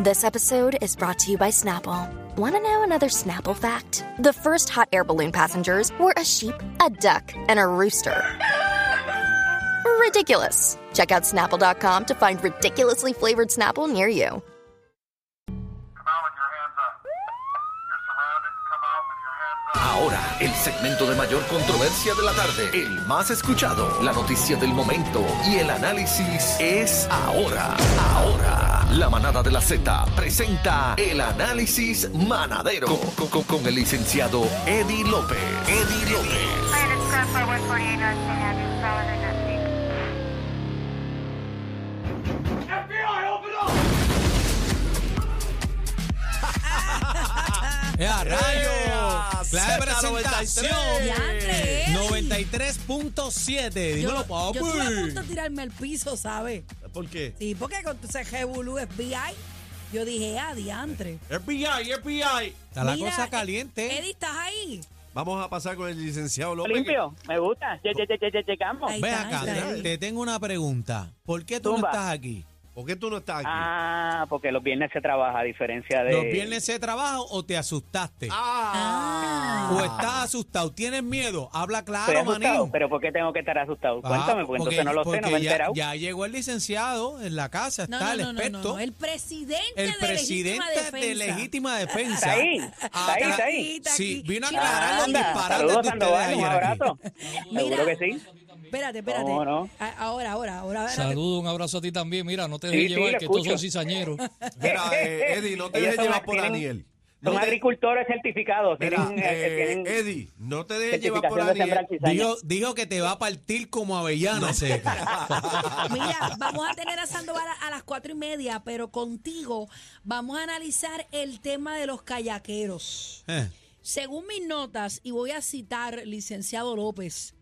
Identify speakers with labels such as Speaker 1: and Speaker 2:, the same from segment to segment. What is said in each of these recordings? Speaker 1: This episode is brought to you by Snapple. Want to know another Snapple fact? The first hot air balloon passengers were a sheep, a duck, and a rooster. Ridiculous. Check out snapple.com to find ridiculously flavored Snapple near you.
Speaker 2: Come out with your hands up. You're surrounded. Come out with your hands up.
Speaker 3: Ahora, el segmento de mayor controversia de la tarde, el más escuchado, la noticia del momento y el análisis es ahora. Ahora, la manada de la Z presenta el análisis manadero con, con- con el licenciado Eddie López. Eddy López.
Speaker 4: Plan is scrap for 148 North Manhattan, Sullivan, Essex.
Speaker 5: ¡Ea, Eh, rayo!
Speaker 6: ¡Ea,
Speaker 5: ¡Clave
Speaker 6: Z93!
Speaker 5: presentación!
Speaker 7: Diantre, Eddie.
Speaker 5: 93.7. Dímelo,
Speaker 7: yo,
Speaker 5: papi.
Speaker 7: yo estuve a punto de tirarme al piso, ¿sabes?
Speaker 6: ¿Por qué?
Speaker 7: Sí, porque con ese Jebulú FBI, yo dije, ah, diantre.
Speaker 6: FBI, FBI.
Speaker 5: Está la
Speaker 7: Mira, eh,
Speaker 5: cosa caliente.
Speaker 7: Eddie, ¿estás ahí?
Speaker 6: Vamos a pasar con el licenciado López.
Speaker 8: Limpio, me gusta. Che, che, che, che, che, checamos.
Speaker 7: Ahí
Speaker 5: Ve
Speaker 7: está,
Speaker 5: acá,
Speaker 7: está
Speaker 5: te,
Speaker 7: ahí.
Speaker 5: te tengo una pregunta. ¿Por qué tú
Speaker 8: Zumba.
Speaker 5: no estás aquí?
Speaker 6: que- ¿Por qué tú no estás aquí?
Speaker 8: Ah, eh. porque los viernes se trabaja, a diferencia de.
Speaker 5: ¿Los viernes de trabajo o te asustaste?
Speaker 7: Ah.
Speaker 5: ¿O estás asustado? ¿Tienes miedo? Habla
Speaker 8: Estoy
Speaker 5: claro,
Speaker 8: asustado,
Speaker 5: manín.
Speaker 8: pero ¿por qué tengo que estar asustado?
Speaker 5: Ah,
Speaker 8: Cuéntame, porque entonces no lo sé, no
Speaker 5: porque
Speaker 8: me he
Speaker 5: ya-
Speaker 8: enterado.
Speaker 5: Ya, llegó el licenciado en la casa,
Speaker 7: No,
Speaker 5: está
Speaker 7: no,
Speaker 5: el
Speaker 7: no, no, no,
Speaker 5: experto.
Speaker 7: no, El presidente,
Speaker 5: El presidente de legítima
Speaker 7: legítima
Speaker 5: defensa. Ah,
Speaker 8: Está ahí, está ahí, está ahí.
Speaker 7: defensa.
Speaker 5: Sí, vino a
Speaker 7: Aquí.
Speaker 5: aclarar los
Speaker 8: Anda,
Speaker 5: disparates
Speaker 8: saludos,
Speaker 5: de ustedes
Speaker 8: Sandoval, un
Speaker 5: ayer aquí.
Speaker 8: abrazo.
Speaker 7: Mira,
Speaker 8: Seguro que sí.
Speaker 7: Espérate, espérate.
Speaker 8: No, no.
Speaker 7: A- Ahora, ahora, ahora. ahora.
Speaker 9: Saludos, un abrazo a ti también. Mira, no te
Speaker 8: Sí,
Speaker 9: dejes
Speaker 8: sí,
Speaker 9: llevar,
Speaker 8: lo
Speaker 9: que estos
Speaker 8: escucho.
Speaker 9: son cizañeros.
Speaker 6: Mira, eh, Eddie, no te
Speaker 8: Ellos
Speaker 6: dejes
Speaker 8: son
Speaker 6: llevar por
Speaker 8: tienen-
Speaker 6: Daniel. No
Speaker 8: Son
Speaker 6: te-
Speaker 8: agricultores certificados.
Speaker 6: Mira,
Speaker 8: tienen, eh,
Speaker 6: eh,
Speaker 8: tienen
Speaker 6: Eddie, no te dejes llevar por
Speaker 8: certificación de sembrar
Speaker 6: Daniel.
Speaker 8: cizaña.
Speaker 5: Dijo, dijo que te va a partir como avellana seca.
Speaker 7: Mira, vamos a tener a Sandoval a- a las cuatro y media, pero contigo vamos a analizar el tema de los kayakeros.
Speaker 5: Eh,
Speaker 7: Según mis notas, y voy a citar, licenciado López,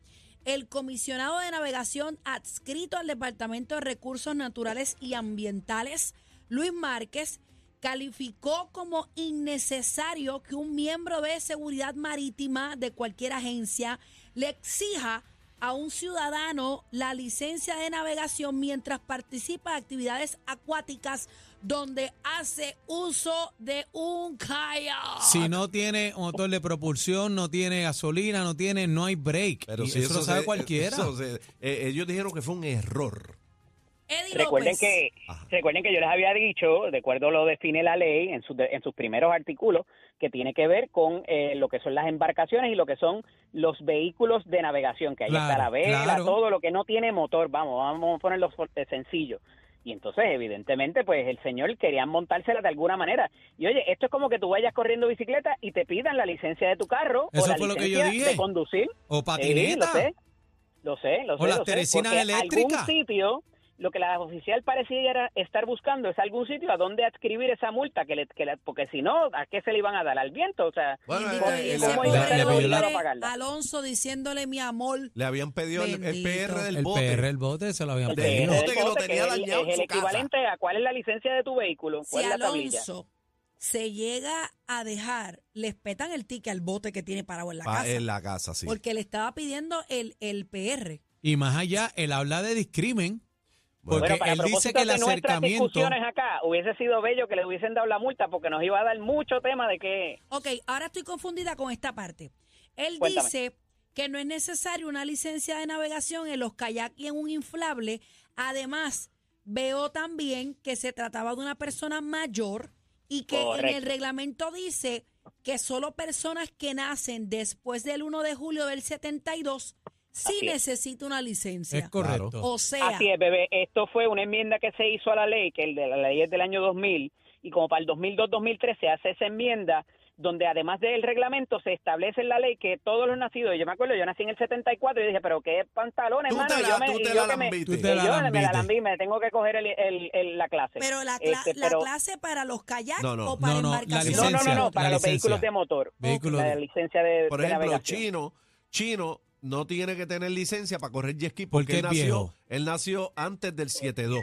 Speaker 7: el comisionado de navegación adscrito al Departamento de Recursos Naturales y Ambientales, Luis Márquez, calificó como innecesario que un miembro de seguridad marítima de cualquier agencia le exija a un ciudadano la licencia de navegación mientras participa de actividades acuáticas donde hace uso de un kayak.
Speaker 5: si no tiene motor de propulsión, no tiene gasolina, no tiene, no hay break.
Speaker 6: Pero
Speaker 5: Y
Speaker 6: si
Speaker 5: eso, lo sabe
Speaker 6: se-
Speaker 5: cualquiera.
Speaker 6: eso se- eh, ellos dijeron que fue un error.
Speaker 7: Eddie
Speaker 8: Recuerden
Speaker 7: López.
Speaker 8: que,
Speaker 6: Ajá.
Speaker 8: recuerden que yo les había dicho, de acuerdo lo define la ley en sus, de- en sus primeros artículos, que tiene que ver con eh, lo que son las embarcaciones y lo que son los vehículos de navegación, que ahí
Speaker 5: Claro,
Speaker 8: está la vela,
Speaker 5: claro.
Speaker 8: todo lo que no tiene motor, vamos, vamos a ponerlo so- eh, sencillo. Y entonces, evidentemente, pues el señor quería montársela de alguna manera. Y oye, esto es como que tú vayas corriendo bicicleta y te pidan la licencia de tu carro
Speaker 5: Eso
Speaker 8: o la
Speaker 5: fue lo que yo
Speaker 8: licencia
Speaker 5: dije.
Speaker 8: de conducir.
Speaker 5: O
Speaker 8: Sí, lo
Speaker 5: patineta.
Speaker 8: sé. Lo sé, lo
Speaker 5: O
Speaker 8: sé.
Speaker 5: las
Speaker 8: lo sé,
Speaker 5: teresinas
Speaker 8: porque
Speaker 5: eléctricas.
Speaker 8: Algún sitio, lo que la oficial parecía era estar buscando es algún sitio a donde adscribir esa multa, que le, que le- porque si no, ¿a qué se le iban a dar? ¿Al viento? O sea,
Speaker 6: Bueno,
Speaker 7: Bendito,
Speaker 6: eh,
Speaker 7: y
Speaker 6: eh,
Speaker 7: ese
Speaker 6: le,
Speaker 8: ¿cómo
Speaker 7: pobre
Speaker 8: iban a
Speaker 5: le- le-
Speaker 7: hombre,
Speaker 8: obligar a pagarla?
Speaker 7: Alonso diciéndole mi amor.
Speaker 6: le habían pedido el, el PR del
Speaker 5: el
Speaker 6: bote.
Speaker 5: PR, el bote, se lo habían
Speaker 6: El
Speaker 8: Ese
Speaker 5: pedido.
Speaker 6: bote
Speaker 8: es el
Speaker 6: que lo
Speaker 8: bote,
Speaker 6: tenía
Speaker 8: es el-
Speaker 6: dañado en
Speaker 8: es el
Speaker 6: su casa.
Speaker 8: equivalente a cuál es la licencia de tu vehículo,
Speaker 7: Si
Speaker 8: cuál es la tablilla.
Speaker 7: Alonso se llega a dejar, les petan el ticket al bote que tiene parado en la
Speaker 6: Pa-
Speaker 7: casa.
Speaker 6: en la casa, sí.
Speaker 7: Porque le estaba pidiendo el, el PR.
Speaker 5: Y más allá, él habla de discrimen.
Speaker 6: Bueno,
Speaker 5: Porque
Speaker 8: Bueno, para
Speaker 5: él dice
Speaker 8: propósito
Speaker 5: que el
Speaker 8: de nuestras
Speaker 5: acercamiento.
Speaker 8: discusiones acá, hubiese sido bello que le hubiesen dado la multa porque nos iba a dar mucho tema de que...
Speaker 7: Ok, ahora estoy confundida con esta parte. Él
Speaker 8: Cuéntame.
Speaker 7: dice que no es necesario una licencia de navegación en los kayak y en un inflable. Además, veo también que se trataba de una persona mayor y que en el
Speaker 8: Correcto.
Speaker 7: reglamento dice que solo personas que nacen después del 1 de julio del 72 sí
Speaker 8: Así es.
Speaker 7: necesita una licencia.
Speaker 5: Es correcto.
Speaker 7: O sea,
Speaker 8: Así es, bebé. Esto fue una enmienda que se hizo a la ley, que el de la ley es del año 2000, y como para el 2002-2003 se hace esa enmienda donde además del reglamento se establece en la ley que todos los nacidos, y yo me acuerdo, yo nací en el 74 y dije, pero qué pantalones,
Speaker 6: Tú
Speaker 8: mano,
Speaker 6: te
Speaker 8: y
Speaker 6: la,
Speaker 8: yo me,
Speaker 6: tú
Speaker 8: y
Speaker 6: te
Speaker 8: yo
Speaker 6: la
Speaker 8: que me-
Speaker 6: lambiste.
Speaker 5: Tú
Speaker 8: y
Speaker 5: te la
Speaker 8: yo me la
Speaker 5: lambiste.
Speaker 8: lambí, me tengo que coger el, el- el- la clase.
Speaker 7: pero la, cla-
Speaker 8: Este,
Speaker 7: la
Speaker 8: pero-
Speaker 7: clase para los kayak
Speaker 6: No, no.
Speaker 7: o para
Speaker 5: No, no, la
Speaker 7: embarcaciones.
Speaker 8: no, no, no,
Speaker 5: licencia,
Speaker 8: no, para
Speaker 5: la
Speaker 8: los vehículos
Speaker 5: licencia.
Speaker 8: de motor.
Speaker 5: Vehículos
Speaker 8: La
Speaker 5: de-
Speaker 8: licencia de,
Speaker 6: Por
Speaker 8: de
Speaker 6: ejemplo,
Speaker 8: navegación.
Speaker 6: Chino, Chino no tiene que tener licencia para correr jet ski porque
Speaker 5: Porque
Speaker 6: él
Speaker 5: es
Speaker 6: nació,
Speaker 5: viejo.
Speaker 6: él nació antes del 72.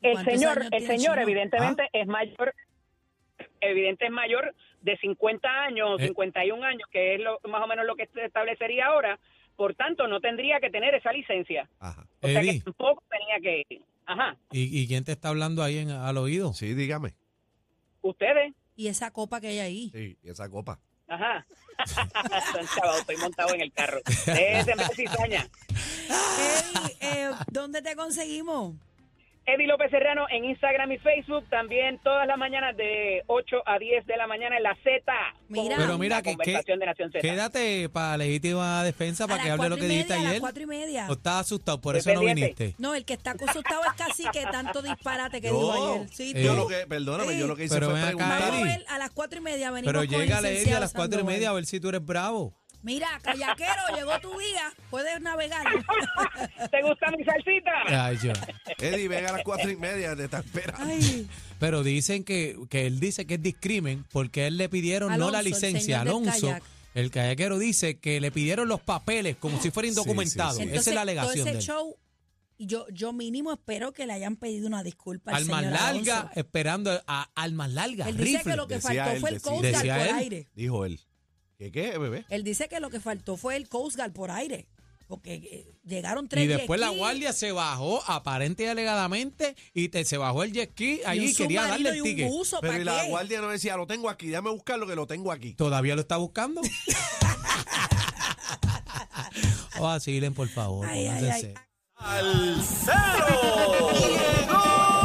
Speaker 8: El
Speaker 7: ¿Cuántos
Speaker 8: señor,
Speaker 7: años
Speaker 8: el
Speaker 7: tiene
Speaker 8: señor
Speaker 7: Chino?
Speaker 8: evidentemente es mayor, evidente es mayor de 50 años,
Speaker 5: Eh.
Speaker 8: 51 años, que es lo, más o menos lo que se establecería ahora. Por tanto, no tendría que tener esa licencia.
Speaker 6: Ajá.
Speaker 8: O sea que
Speaker 5: Eddie,
Speaker 8: tampoco tenía que... Ajá,
Speaker 5: ¿Y, y quién te está hablando ahí en- al oído?
Speaker 6: Sí, dígame.
Speaker 8: ustedes,
Speaker 7: Y esa copa que hay ahí.
Speaker 6: Sí, y esa copa.
Speaker 8: ajá. Son chavos, estoy montado en el carro. Déjenme cizaña.
Speaker 7: Eddie, eh, ¿dónde te conseguimos?
Speaker 8: Eddie López Serrano en Instagram y Facebook, también todas las mañanas de 8 a 10 de la mañana en la Z.
Speaker 7: Mira.
Speaker 5: Pero mira, que, que-
Speaker 8: conversación de Nación Z.
Speaker 5: quédate para legítima defensa para
Speaker 7: A
Speaker 5: que
Speaker 7: las
Speaker 5: hable lo
Speaker 7: cuatro
Speaker 5: que
Speaker 7: y
Speaker 5: dijiste
Speaker 7: media, A las
Speaker 5: ayer.
Speaker 7: cuatro y media.
Speaker 5: O estás asustado, por
Speaker 8: Estoy
Speaker 5: eso no
Speaker 8: pendiente.
Speaker 5: viniste.
Speaker 7: No, el que está asustado es casi que tanto disparate que dijo ayer. Sí,
Speaker 5: eh,
Speaker 6: yo
Speaker 7: tú.
Speaker 6: lo que, perdóname,
Speaker 7: Sí.
Speaker 6: yo lo que hice
Speaker 5: Pero
Speaker 6: fue
Speaker 5: ven acá,
Speaker 7: Vamos a
Speaker 5: Eddie.
Speaker 6: preguntar.
Speaker 7: ver, a las cuatro y media venimos
Speaker 5: Pero
Speaker 7: con el
Speaker 5: llega Eddie a
Speaker 7: licenciado
Speaker 5: las cuatro y
Speaker 7: Sandoval.
Speaker 5: media a ver si tú eres bravo.
Speaker 7: Mira, callaquero, llegó tu día. Puedes navegar.
Speaker 8: ¿Te gusta mi salsita?
Speaker 5: Ay, yo.
Speaker 6: Eddie, ven a las cuatro y media, te está esperando.
Speaker 7: Ay,
Speaker 5: Pero dicen que, que él dice que es discrimen porque a él le pidieron no
Speaker 7: Alonso,
Speaker 5: la
Speaker 7: el
Speaker 5: licencia.
Speaker 7: señor del
Speaker 5: Alonso,
Speaker 7: kayak.
Speaker 5: el callaquero, dice que le pidieron los papeles como si fuera indocumentado.
Speaker 6: sí, sí.
Speaker 5: Esa es la
Speaker 7: todo
Speaker 5: alegación
Speaker 7: ese
Speaker 5: de él.
Speaker 7: show, yo, yo mínimo espero que le hayan pedido una disculpa al
Speaker 5: Alma
Speaker 7: señor Alonso.
Speaker 5: larga, esperando a alma larga.
Speaker 7: Él dice
Speaker 5: rifle.
Speaker 7: que lo que
Speaker 6: Decía
Speaker 7: faltó
Speaker 6: él,
Speaker 7: fue el
Speaker 6: decía
Speaker 7: Coast
Speaker 5: él.
Speaker 7: Guard
Speaker 5: Decía
Speaker 7: por
Speaker 5: él.
Speaker 7: aire.
Speaker 6: Dijo él. ¿Qué qué, bebé?
Speaker 7: Él dice que lo que faltó fue el Coast Guard por aire. Porque eh, llegaron tres
Speaker 5: Y después la
Speaker 7: jet skis
Speaker 5: guardia se bajó, aparente y alegadamente, y te, se bajó el jet ski
Speaker 7: y un
Speaker 5: ahí y quería darle
Speaker 7: submarino y
Speaker 5: el
Speaker 7: un
Speaker 5: ticket.
Speaker 7: buzo,
Speaker 6: Pero
Speaker 7: ¿pa'
Speaker 6: y la
Speaker 7: qué?
Speaker 6: guardia no decía, lo tengo aquí, dame a buscarlo que lo tengo aquí.
Speaker 5: ¿Todavía lo está buscando? O vacilen, por favor.
Speaker 7: Ay, ay,
Speaker 5: pónganse
Speaker 7: ay.
Speaker 5: serios.